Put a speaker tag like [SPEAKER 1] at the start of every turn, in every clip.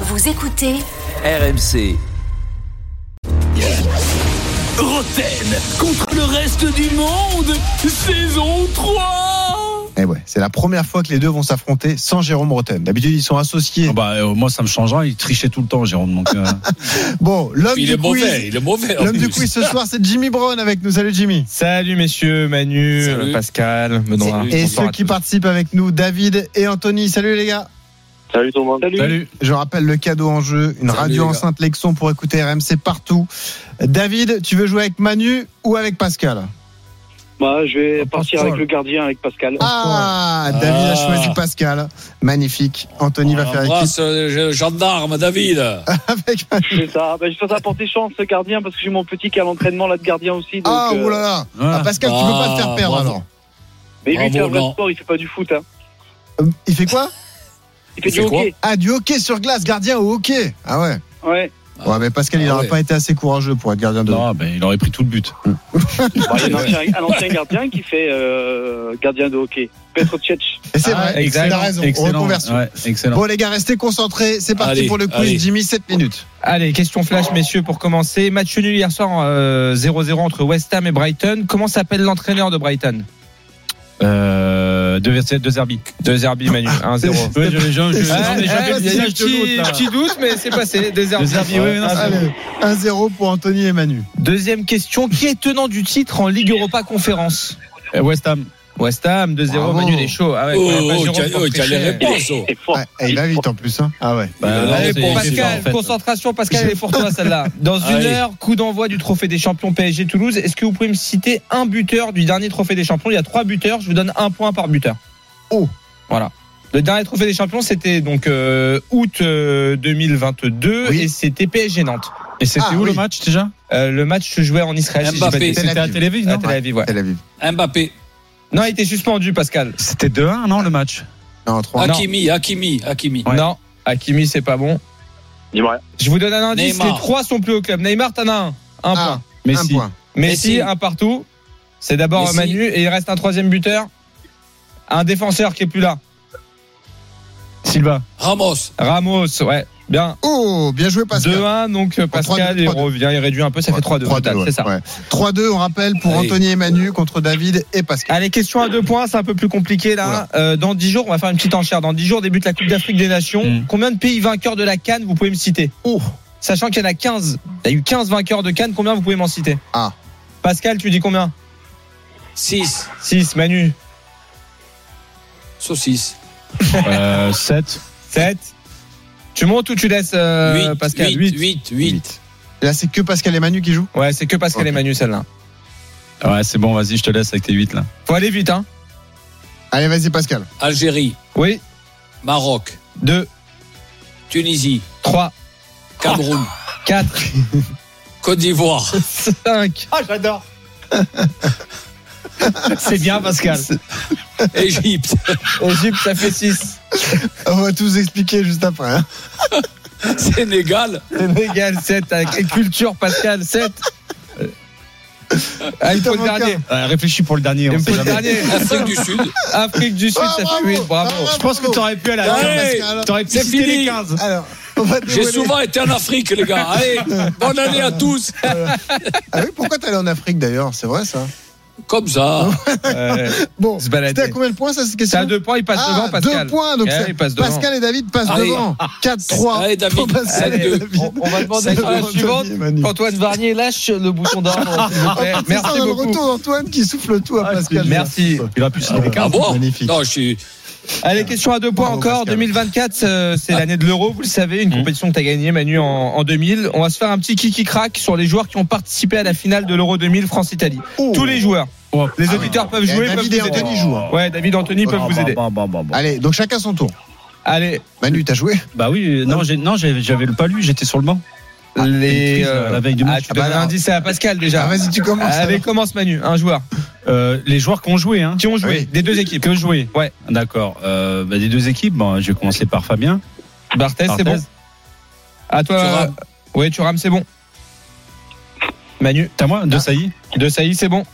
[SPEAKER 1] Vous écoutez
[SPEAKER 2] RMC. Roten contre le reste du monde, saison 3
[SPEAKER 3] Eh ouais, c'est la première fois que les deux vont s'affronter sans Jérôme Roten. D'habitude, ils sont associés.
[SPEAKER 4] Ah bah, euh, moi, ça me change rien. Il trichait tout le temps, Jérôme. Donc, euh,
[SPEAKER 3] Bon, l'homme
[SPEAKER 5] Il
[SPEAKER 3] du
[SPEAKER 5] est
[SPEAKER 3] quiz.
[SPEAKER 5] mauvais, il est mauvais. en
[SPEAKER 3] L'homme du
[SPEAKER 5] plus.
[SPEAKER 3] quiz ce soir, c'est Jimmy Brown avec nous. Salut Jimmy.
[SPEAKER 6] Salut messieurs, Manu,
[SPEAKER 5] Salut.
[SPEAKER 6] euh, Pascal, Benoît.
[SPEAKER 5] Salut.
[SPEAKER 3] Et
[SPEAKER 6] Bonsoir
[SPEAKER 3] ceux
[SPEAKER 6] à
[SPEAKER 3] qui
[SPEAKER 6] tous.
[SPEAKER 3] participent avec nous, David et Anthony. Salut les gars.
[SPEAKER 7] Salut tout le monde.
[SPEAKER 4] salut.
[SPEAKER 3] Je rappelle le cadeau en jeu, une
[SPEAKER 5] Salut,
[SPEAKER 3] radio
[SPEAKER 5] les gars.
[SPEAKER 3] enceinte Lexon pour écouter RMC partout. David, tu veux jouer avec Manu ou avec Pascal
[SPEAKER 7] Bah, je vais
[SPEAKER 4] Oh,
[SPEAKER 7] partir
[SPEAKER 4] Pascal.
[SPEAKER 7] avec le gardien, avec Pascal.
[SPEAKER 3] Ah, David a
[SPEAKER 5] Ah.
[SPEAKER 3] choisi Pascal. Magnifique. Anthony va
[SPEAKER 5] On
[SPEAKER 3] faire équipe
[SPEAKER 5] embrasse, euh, gendarme David.
[SPEAKER 3] avec Manu.
[SPEAKER 7] C'est ça. Bah, je vais faire porter chance, ce gardien, parce que j'ai mon petit qui est à l'entraînement là de gardien aussi. Donc,
[SPEAKER 3] Ah,
[SPEAKER 7] euh,
[SPEAKER 3] oulala. Là
[SPEAKER 4] Voilà.
[SPEAKER 3] Pascal, tu peux pas te
[SPEAKER 5] Ah,
[SPEAKER 3] faire perdre
[SPEAKER 5] bravo.
[SPEAKER 3] alors.
[SPEAKER 7] Mais lui, il fait un
[SPEAKER 5] Bravo,
[SPEAKER 7] vrai
[SPEAKER 5] non.
[SPEAKER 7] sport, il fait pas du foot. Hein.
[SPEAKER 3] Euh, Il fait quoi
[SPEAKER 7] Il fait
[SPEAKER 5] Il
[SPEAKER 7] du
[SPEAKER 5] fait quoi
[SPEAKER 7] hockey.
[SPEAKER 3] Ah, du hockey sur glace, gardien au hockey. Ah ouais.
[SPEAKER 7] Ouais.
[SPEAKER 5] Ah.
[SPEAKER 3] Ouais, mais Pascal, il
[SPEAKER 5] Ah
[SPEAKER 3] n'aurait
[SPEAKER 5] ouais.
[SPEAKER 3] pas été assez courageux pour être gardien de.
[SPEAKER 4] Non, ben, il aurait pris tout le but.
[SPEAKER 7] Bah, il y a un ancien, un ancien gardien qui fait euh, gardien de hockey. Petro Tchetch.
[SPEAKER 3] Et c'est
[SPEAKER 4] Ah,
[SPEAKER 3] vrai,
[SPEAKER 4] excellent,
[SPEAKER 3] il a raison.
[SPEAKER 4] excellent.
[SPEAKER 3] Reconversion.
[SPEAKER 4] Ouais, excellent.
[SPEAKER 3] Bon, les gars, restez concentrés. C'est parti
[SPEAKER 5] Allez,
[SPEAKER 3] pour le quiz.
[SPEAKER 5] allez.
[SPEAKER 3] Jimmy, 7 minutes.
[SPEAKER 6] Allez, question flash messieurs pour commencer. Match nul hier soir euh, 0-0 entre West Ham et Brighton. Comment s'appelle l'entraîneur de Brighton
[SPEAKER 4] Euh, deux, versets, deux Zerbi.
[SPEAKER 6] De Zerbi, Manu, 1-0.
[SPEAKER 4] Ouais, je- je- je- non, mais
[SPEAKER 6] Ah,
[SPEAKER 4] j'avais
[SPEAKER 6] ah,
[SPEAKER 4] le visage de
[SPEAKER 6] petit,
[SPEAKER 4] l'autre, là.
[SPEAKER 6] petit doute, mais c'est passé. De Zerbi.
[SPEAKER 4] De Zerbi, ouais, non, c'est
[SPEAKER 6] Ah,
[SPEAKER 4] bon.
[SPEAKER 3] Allez, 1-0 pour Anthony et Manu.
[SPEAKER 6] Deuxième question. Qui est tenant du titre en Ligue Europa Conférence
[SPEAKER 4] Euh, West Ham.
[SPEAKER 6] West Ham, 2-0,
[SPEAKER 3] Bravo.
[SPEAKER 6] Manu, il est chaud. Ah ouais,
[SPEAKER 5] Oh,
[SPEAKER 6] ouais, pas
[SPEAKER 5] oh,
[SPEAKER 6] Jérôme
[SPEAKER 5] t'as-
[SPEAKER 6] pour
[SPEAKER 5] oh, t'as les
[SPEAKER 6] tricher.
[SPEAKER 5] réponses. oh.
[SPEAKER 7] C'est fort.
[SPEAKER 3] Ouais, et Ah, il va vite en plus. Hein. Ah ouais.
[SPEAKER 4] Bah,
[SPEAKER 5] Euh,
[SPEAKER 4] là,
[SPEAKER 6] Allez,
[SPEAKER 4] c'est-
[SPEAKER 6] pour
[SPEAKER 4] c'est
[SPEAKER 6] Pascal,
[SPEAKER 4] en fait.
[SPEAKER 6] concentration, Pascal, elle est pour toi celle-là. Dans une
[SPEAKER 5] Allez.
[SPEAKER 6] heure, coup d'envoi du trophée des champions PSG Toulouse. Est-ce que vous pouvez me citer un buteur du dernier trophée des champions Il y a trois buteurs, je vous donne un point par buteur.
[SPEAKER 3] Oh.
[SPEAKER 6] Voilà. Le dernier trophée des champions, c'était donc euh, août euh, 2022
[SPEAKER 3] Oui.
[SPEAKER 6] et c'était PSG Nantes.
[SPEAKER 4] Et c'était
[SPEAKER 3] Ah,
[SPEAKER 4] où le
[SPEAKER 3] oui.
[SPEAKER 4] match déjà
[SPEAKER 6] Euh, le match se jouait en Israël. si je dis pas de
[SPEAKER 5] Mbappé.
[SPEAKER 6] bêtises.
[SPEAKER 4] C'était à Tel Aviv,
[SPEAKER 6] À
[SPEAKER 4] non
[SPEAKER 6] Tel Aviv, ouais.
[SPEAKER 3] Tel Aviv.
[SPEAKER 5] Mbappé,
[SPEAKER 6] Non, il était suspendu, Pascal.
[SPEAKER 4] C'était 2-1, non, le match
[SPEAKER 3] Non, 3.
[SPEAKER 6] non.
[SPEAKER 5] Hakimi, Hakimi, Hakimi.
[SPEAKER 6] Non, Hakimi, c'est pas bon.
[SPEAKER 7] Dis-moi.
[SPEAKER 6] Je vous donne un indice.
[SPEAKER 5] Neymar.
[SPEAKER 6] Les trois sont plus au club. Neymar, t'en as un. Un
[SPEAKER 3] Ah,
[SPEAKER 6] point.
[SPEAKER 3] un
[SPEAKER 4] Messi.
[SPEAKER 3] point.
[SPEAKER 6] Messi,
[SPEAKER 5] Messi.
[SPEAKER 6] un partout. C'est d'abord
[SPEAKER 5] Messi.
[SPEAKER 6] Manu et il reste un troisième buteur. Un défenseur qui est plus là.
[SPEAKER 4] Silva.
[SPEAKER 5] Ramos.
[SPEAKER 6] Ramos, ouais. Bien.
[SPEAKER 3] Oh, bien joué, Pascal.
[SPEAKER 6] 2-1, donc euh, Pascal,
[SPEAKER 3] 3-2,
[SPEAKER 6] il
[SPEAKER 3] 3-2.
[SPEAKER 6] revient, il réduit un peu, ça fait 3-2 au total,
[SPEAKER 3] ouais,
[SPEAKER 6] c'est ça.
[SPEAKER 3] ouais. 3-2, on rappelle, pour
[SPEAKER 5] Allez.
[SPEAKER 3] Anthony et Manu contre David et Pascal.
[SPEAKER 6] Allez, question à deux points, c'est un peu plus compliqué là. Euh, dans 10 jours, on va faire une petite enchère. Dans 10 jours débute la Coupe d'Afrique des Nations.
[SPEAKER 4] Mm.
[SPEAKER 6] Combien de pays vainqueurs de la Cannes vous pouvez me citer
[SPEAKER 3] Oh.
[SPEAKER 6] Sachant qu'il y en a 15. Il y a eu 15 vainqueurs de Cannes, combien vous pouvez m'en citer
[SPEAKER 3] Ah.
[SPEAKER 6] Pascal, tu dis combien
[SPEAKER 5] 6,
[SPEAKER 6] 6, Manu,
[SPEAKER 5] saucisse.
[SPEAKER 4] Euh, 7.
[SPEAKER 6] 7. Tu montes ou tu laisses euh,
[SPEAKER 5] 8,
[SPEAKER 6] Pascal
[SPEAKER 5] 8,
[SPEAKER 6] 8.
[SPEAKER 5] 8,
[SPEAKER 3] Là, c'est que Pascal et Manu qui jouent.
[SPEAKER 6] Ouais, c'est que Pascal
[SPEAKER 3] Ok.
[SPEAKER 6] et Manu celle-là.
[SPEAKER 4] Ouais, c'est bon, vas-y, je te laisse avec tes 8 là.
[SPEAKER 6] Faut aller vite, hein
[SPEAKER 3] Allez, vas-y, Pascal.
[SPEAKER 5] Algérie,
[SPEAKER 6] Oui.
[SPEAKER 5] Maroc,
[SPEAKER 6] 2,
[SPEAKER 5] Tunisie,
[SPEAKER 6] 3,
[SPEAKER 5] Cameroun,
[SPEAKER 6] Ah. 4,
[SPEAKER 5] Côte d'Ivoire.
[SPEAKER 6] 5. Ah, j'adore C'est bien, Pascal.
[SPEAKER 5] Égypte.
[SPEAKER 6] Égypte, ça fait 6.
[SPEAKER 3] On va tous expliquer juste après. hein.
[SPEAKER 5] Sénégal.
[SPEAKER 6] Sénégal, 7. Avec les cultures, Pascal, 7. Ah, il
[SPEAKER 3] Il t'en
[SPEAKER 6] faut le
[SPEAKER 3] manque un.
[SPEAKER 6] dernier.
[SPEAKER 4] Ouais, Euh, réfléchis pour le dernier.
[SPEAKER 6] Il
[SPEAKER 4] on
[SPEAKER 6] me
[SPEAKER 4] sait
[SPEAKER 6] faut le
[SPEAKER 4] jamais.
[SPEAKER 6] dernier.
[SPEAKER 5] Afrique du Sud.
[SPEAKER 6] Afrique du Sud,
[SPEAKER 3] Ah,
[SPEAKER 6] ça
[SPEAKER 3] bravo.
[SPEAKER 6] fait 8. Bravo.
[SPEAKER 3] Ah,
[SPEAKER 4] Je pense que t'aurais pu aller à
[SPEAKER 5] Ouais.
[SPEAKER 4] Pascal. T'aurais pu
[SPEAKER 5] C'est
[SPEAKER 4] citer les
[SPEAKER 5] fini.
[SPEAKER 4] 15.
[SPEAKER 3] Alors, on va
[SPEAKER 5] J'ai
[SPEAKER 3] dévoiler-
[SPEAKER 5] souvent été en Afrique, les gars. Allez, bonne année à tous.
[SPEAKER 3] Ah oui, pourquoi t'es allé en Afrique d'ailleurs C'est vrai ça
[SPEAKER 5] Comme ça.
[SPEAKER 6] Euh,
[SPEAKER 3] Bon,
[SPEAKER 6] Se balader.
[SPEAKER 3] c'était à combien de points ça cette
[SPEAKER 6] C'est
[SPEAKER 3] question
[SPEAKER 6] à 2 points, il passe
[SPEAKER 3] Ah,
[SPEAKER 6] devant, Pascal.
[SPEAKER 3] Deux points, donc
[SPEAKER 6] Eh,
[SPEAKER 3] c'est-
[SPEAKER 6] il passe devant. Ah.
[SPEAKER 3] Pascal et David passent
[SPEAKER 5] Allez.
[SPEAKER 3] devant. 4-3.
[SPEAKER 5] Allez, David,
[SPEAKER 3] pour Pascal
[SPEAKER 5] allez,
[SPEAKER 3] et
[SPEAKER 5] deux.
[SPEAKER 3] David.
[SPEAKER 6] On va demander
[SPEAKER 3] C'est
[SPEAKER 6] à la
[SPEAKER 3] bon,
[SPEAKER 6] suivante.
[SPEAKER 3] Anthony et Manu.
[SPEAKER 6] Antoine Varnier lâche le bouton d'arbre, s'il vous plaît.
[SPEAKER 3] C'est ça, on a le retour d'Antoine qui souffle tout à Pascal.
[SPEAKER 6] Ah, Merci.
[SPEAKER 4] Il aurait pu citer les 15.
[SPEAKER 5] Ah bon
[SPEAKER 3] Magnifique.
[SPEAKER 5] Non, je suis.
[SPEAKER 6] Allez, question à deux points
[SPEAKER 3] Bravo,
[SPEAKER 6] encore.
[SPEAKER 3] Pascal. Ah. Mmh.
[SPEAKER 6] 2024, euh, c'est l'année de l'euro, vous le savez, une compétition que tu as gagnée, Manu, en, en 2000. On va se faire un petit kiki crack sur les joueurs qui ont participé à la finale de l'euro 2000 France-Italie.
[SPEAKER 3] Oh. Ah.
[SPEAKER 6] Tous les joueurs.
[SPEAKER 4] Oh.
[SPEAKER 6] Les auditeurs peuvent
[SPEAKER 3] Et
[SPEAKER 6] jouer, peuvent
[SPEAKER 3] David
[SPEAKER 6] vous
[SPEAKER 3] et
[SPEAKER 6] aider.
[SPEAKER 3] Anthony jouent. hein.
[SPEAKER 6] Ouais, David Anthony peuvent
[SPEAKER 4] Ah,
[SPEAKER 6] vous
[SPEAKER 4] bah,
[SPEAKER 6] aider.
[SPEAKER 4] bah, bah, bah, bah.
[SPEAKER 3] Allez, donc chacun son tour.
[SPEAKER 6] Allez,
[SPEAKER 3] Manu, t'as joué
[SPEAKER 4] Bah oui, euh, non, j'ai- non, j'ai- j'avais pas lu, j'étais sur le banc.
[SPEAKER 6] les.
[SPEAKER 4] crise, euh, la veille du
[SPEAKER 6] ah,
[SPEAKER 4] match.
[SPEAKER 6] tu
[SPEAKER 3] Ah,
[SPEAKER 6] donnes
[SPEAKER 3] bah,
[SPEAKER 6] un
[SPEAKER 3] alors.
[SPEAKER 6] indice à Pascal
[SPEAKER 3] Ah,
[SPEAKER 6] déjà.
[SPEAKER 3] Vas-y, tu commences.
[SPEAKER 6] Allez,
[SPEAKER 3] alors.
[SPEAKER 6] commence Manu, un joueur.
[SPEAKER 4] Euh, les joueurs qui ont joué, hein.
[SPEAKER 6] Qui ont joué
[SPEAKER 3] Oui.
[SPEAKER 6] Des deux équipes. Qui ont joué Ouais.
[SPEAKER 4] D'accord. Euh, bah, des deux équipes, bon, je vais commencer par Fabien.
[SPEAKER 6] Barthez,
[SPEAKER 4] Barthez.
[SPEAKER 6] c'est bon. À toi.
[SPEAKER 5] Thuram.
[SPEAKER 6] Ouais, Thuram, c'est bon. Manu,
[SPEAKER 4] T'as moi, De Sailly,
[SPEAKER 6] De Sailly, c'est bon.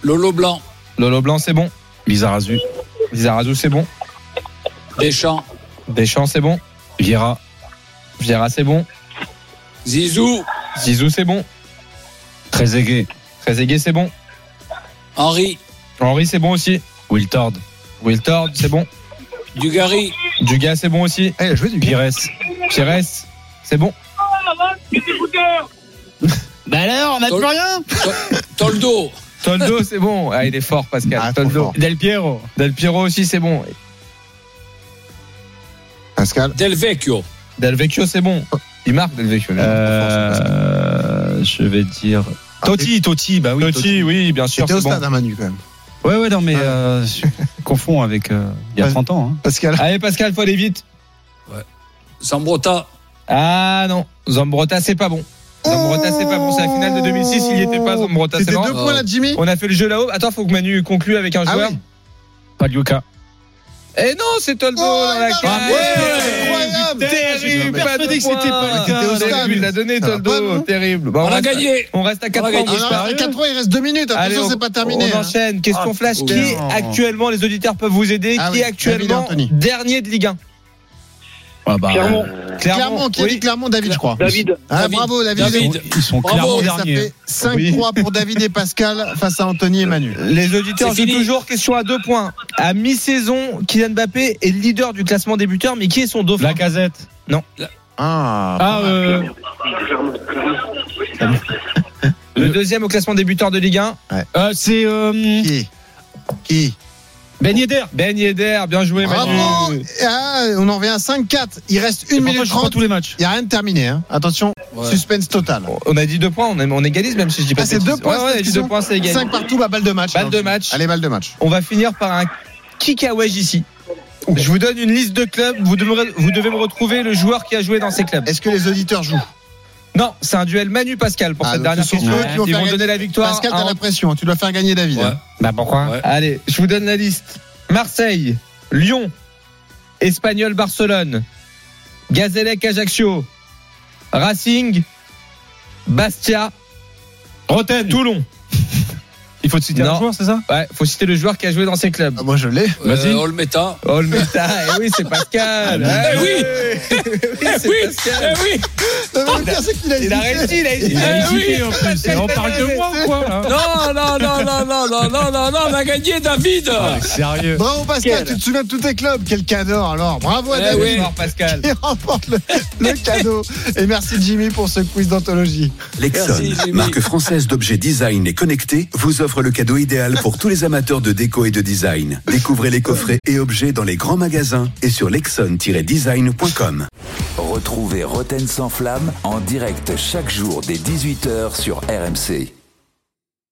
[SPEAKER 5] Lolo Blanc,
[SPEAKER 6] Lolo Blanc, c'est bon.
[SPEAKER 4] Lizarazu,
[SPEAKER 6] Lizarazu, c'est bon.
[SPEAKER 5] Deschamps,
[SPEAKER 6] Deschamps, c'est bon.
[SPEAKER 4] Viera.
[SPEAKER 6] Vieira, c'est bon.
[SPEAKER 5] Zizou,
[SPEAKER 6] Zizou, c'est bon.
[SPEAKER 4] Très
[SPEAKER 6] Trezeguet, c'est bon.
[SPEAKER 5] Henri,
[SPEAKER 6] Henri, c'est bon aussi.
[SPEAKER 4] Will Tord.
[SPEAKER 6] Will Tord, c'est bon.
[SPEAKER 5] Dugarry,
[SPEAKER 6] Dugas, c'est bon aussi.
[SPEAKER 3] Eh, il a joué du
[SPEAKER 4] Pires.
[SPEAKER 6] Pires, c'est bon.
[SPEAKER 4] Bah alors, on n'a
[SPEAKER 5] plus
[SPEAKER 4] rien
[SPEAKER 5] Toldo,
[SPEAKER 6] Toldo, c'est bon. Ah, il est fort, Pascal.
[SPEAKER 3] Ah, trop
[SPEAKER 6] Toldo.
[SPEAKER 3] fort.
[SPEAKER 4] Del Piero.
[SPEAKER 6] Del Piero aussi, c'est bon.
[SPEAKER 3] Pascal.
[SPEAKER 5] Del Vecchio.
[SPEAKER 6] Del Vecchio, c'est bon. Il marque Del Vecchio. lui.
[SPEAKER 4] Euh, je vais dire. Totti, Totti, bah oui.
[SPEAKER 6] Ah, Totti, oui, bien sûr,
[SPEAKER 3] C'était au
[SPEAKER 6] c'est bon.
[SPEAKER 3] stade, hein, Manu, quand même.
[SPEAKER 4] Ouais, ouais, non, mais
[SPEAKER 3] Ah.
[SPEAKER 4] euh, je confonds avec euh, il y a
[SPEAKER 3] Vas-y.
[SPEAKER 4] 30 ans. hein.
[SPEAKER 3] Pascal.
[SPEAKER 6] Allez, Pascal, faut aller vite.
[SPEAKER 5] Zambrota,
[SPEAKER 6] Ah non, Zambrota, c'est pas bon. Zambrota, c'est pas bon. C'est la finale de 2006, il n'y était pas, Zambrota, c'est
[SPEAKER 3] C'était
[SPEAKER 6] bon. Oh,
[SPEAKER 3] deux points là, Jimmy.
[SPEAKER 6] On a fait le jeu là-haut. Attends, faut que Manu conclue avec un
[SPEAKER 3] Ah
[SPEAKER 6] joueur.
[SPEAKER 3] oui.
[SPEAKER 4] Pas de Luca.
[SPEAKER 6] Eh non, c'est Toldo
[SPEAKER 3] Oh,
[SPEAKER 6] dans la
[SPEAKER 3] il a-
[SPEAKER 6] cage.
[SPEAKER 3] Ouais, incroyable.
[SPEAKER 6] Terrible,
[SPEAKER 3] J'étais
[SPEAKER 6] pas de
[SPEAKER 3] persuadé que c'était
[SPEAKER 6] points.
[SPEAKER 3] pas le cas. C'était au
[SPEAKER 6] Terrible,
[SPEAKER 3] stade.
[SPEAKER 6] Il l'a
[SPEAKER 3] Ça
[SPEAKER 6] donné,
[SPEAKER 3] va pas,
[SPEAKER 6] Toldo.
[SPEAKER 3] non
[SPEAKER 6] Terrible. Bon,
[SPEAKER 5] on a
[SPEAKER 6] reste-
[SPEAKER 5] gagné.
[SPEAKER 6] On reste à 4
[SPEAKER 5] On a
[SPEAKER 6] points.
[SPEAKER 5] gagné.
[SPEAKER 6] bouge pas.
[SPEAKER 3] Alors, 4 ans, il reste 2 minutes.
[SPEAKER 6] Allez,
[SPEAKER 3] Attention,
[SPEAKER 6] on-
[SPEAKER 3] c'est pas terminé.
[SPEAKER 6] On
[SPEAKER 3] hein.
[SPEAKER 6] enchaîne. Question
[SPEAKER 4] Ah,
[SPEAKER 6] flash. Qui est
[SPEAKER 4] putain.
[SPEAKER 6] actuellement, les auditeurs peuvent vous aider,
[SPEAKER 3] Ah
[SPEAKER 6] qui
[SPEAKER 3] oui,
[SPEAKER 6] est
[SPEAKER 3] David
[SPEAKER 6] actuellement
[SPEAKER 3] Anthony.
[SPEAKER 6] dernier de Ligue 1
[SPEAKER 4] Ah bah,
[SPEAKER 7] Clermont,
[SPEAKER 3] Euh, Clermont, qui a
[SPEAKER 6] oui.
[SPEAKER 3] dit Clermont David, je crois.
[SPEAKER 7] David.
[SPEAKER 3] Ah,
[SPEAKER 5] David.
[SPEAKER 3] bravo, David.
[SPEAKER 5] David.
[SPEAKER 4] Ils sont
[SPEAKER 5] Bravo.
[SPEAKER 4] clairement
[SPEAKER 3] Et ça
[SPEAKER 4] derniers.
[SPEAKER 3] fait 5-3 pour David et Pascal face à Anthony et Manu.
[SPEAKER 6] Les auditeurs
[SPEAKER 5] C'est
[SPEAKER 6] jouent
[SPEAKER 5] fini.
[SPEAKER 6] toujours question à deux points. À mi-saison, Kylian Mbappé est leader du classement des buteurs, mais qui est son dauphin
[SPEAKER 4] La casette.
[SPEAKER 3] Ah,
[SPEAKER 4] Ah, euh,
[SPEAKER 6] Le deuxième au classement des buteurs de Ligue 1.
[SPEAKER 4] euh, c'est euh,
[SPEAKER 3] qui Qui
[SPEAKER 6] Ben Yedder. Ben Yedder, bien joué
[SPEAKER 3] Bravo
[SPEAKER 6] Manu.
[SPEAKER 3] Ah, On en revient à 5-4. Il reste 1
[SPEAKER 4] c'est pour ça que
[SPEAKER 3] minute
[SPEAKER 4] je prends
[SPEAKER 3] 30.
[SPEAKER 4] tous les matchs.
[SPEAKER 3] Il n'y a rien de terminé. hein. Attention,
[SPEAKER 5] Ouais.
[SPEAKER 3] suspense total.
[SPEAKER 6] On a dit deux points, on, on égalise même si je dis pas
[SPEAKER 3] Ah,
[SPEAKER 6] de
[SPEAKER 3] c'est
[SPEAKER 6] bêtises.
[SPEAKER 3] deux points,
[SPEAKER 6] Ouais, ouais,
[SPEAKER 3] cette
[SPEAKER 6] j'ai deux
[SPEAKER 3] question.
[SPEAKER 6] points, c'est égal.
[SPEAKER 3] 5 partout, bah, balle de match.
[SPEAKER 6] Balle de match.
[SPEAKER 3] Allez, balle de match.
[SPEAKER 6] On va finir par un kick à wedge ici. Je vous donne une liste de clubs, vous devez, vous devez me retrouver le joueur qui a joué dans ces clubs.
[SPEAKER 3] Est-ce que les auditeurs jouent
[SPEAKER 6] Non, c'est un duel Manu-Pascal pour
[SPEAKER 3] Ah,
[SPEAKER 6] cette
[SPEAKER 3] donc
[SPEAKER 6] dernière
[SPEAKER 3] ce sont
[SPEAKER 6] question.
[SPEAKER 3] eux qui vont
[SPEAKER 6] Ils
[SPEAKER 3] faire
[SPEAKER 6] vont
[SPEAKER 3] gagner.
[SPEAKER 6] donner la victoire.
[SPEAKER 3] Pascal,
[SPEAKER 6] à
[SPEAKER 3] t'as la pression. Tu dois faire gagner David.
[SPEAKER 5] Ouais.
[SPEAKER 3] hein.
[SPEAKER 4] Bah pourquoi
[SPEAKER 5] Ouais.
[SPEAKER 6] Allez, je vous donne la liste. Marseille, Lyon, Espagnol Barcelone, Gazellec Ajaccio, Racing, Bastia,
[SPEAKER 4] Roten.
[SPEAKER 6] Toulon.
[SPEAKER 4] Il faut te citer
[SPEAKER 6] Non.
[SPEAKER 4] un joueur, c'est ça
[SPEAKER 6] Ouais, faut citer le joueur qui a joué dans ces clubs.
[SPEAKER 3] Ah, moi, je l'ai.
[SPEAKER 4] Vas-y.
[SPEAKER 5] Euh, Olmeta.
[SPEAKER 6] Olmeta, eh oui, c'est Pascal.
[SPEAKER 5] Eh oui,
[SPEAKER 6] oui, c'est
[SPEAKER 5] oui,
[SPEAKER 6] Pascal.
[SPEAKER 5] eh oui.
[SPEAKER 3] Le pire, c'est qu'il a
[SPEAKER 6] Il a
[SPEAKER 3] hésité.
[SPEAKER 6] réussi, il a réussi.
[SPEAKER 4] Il
[SPEAKER 5] Eh
[SPEAKER 4] a hésité
[SPEAKER 5] oui.
[SPEAKER 4] en plus. Et on parle de moi ou quoi là
[SPEAKER 5] Non, non, non, non, non, non, non, non, non, on a gagné David.
[SPEAKER 4] Sérieux.
[SPEAKER 3] Bravo, Pascal. Tu te souviens de tous tes clubs. Quel cadeau, alors. Bravo à
[SPEAKER 5] Eh
[SPEAKER 3] David.
[SPEAKER 5] oui.
[SPEAKER 6] Bonsoir, Pascal.
[SPEAKER 3] qui remporte le, le cadeau. Et merci Jimmy pour ce quiz d'anthologie.
[SPEAKER 2] Lexon,
[SPEAKER 5] Merci, Jimmy.
[SPEAKER 2] marque française d'objets design et connectés, vous offre le cadeau idéal pour tous les amateurs de déco et de design. Découvrez les coffrets et objets dans les grands magasins et sur lexon-design.com. Retrouvez Roten sans flamme en direct chaque jour dès 18h sur RMC.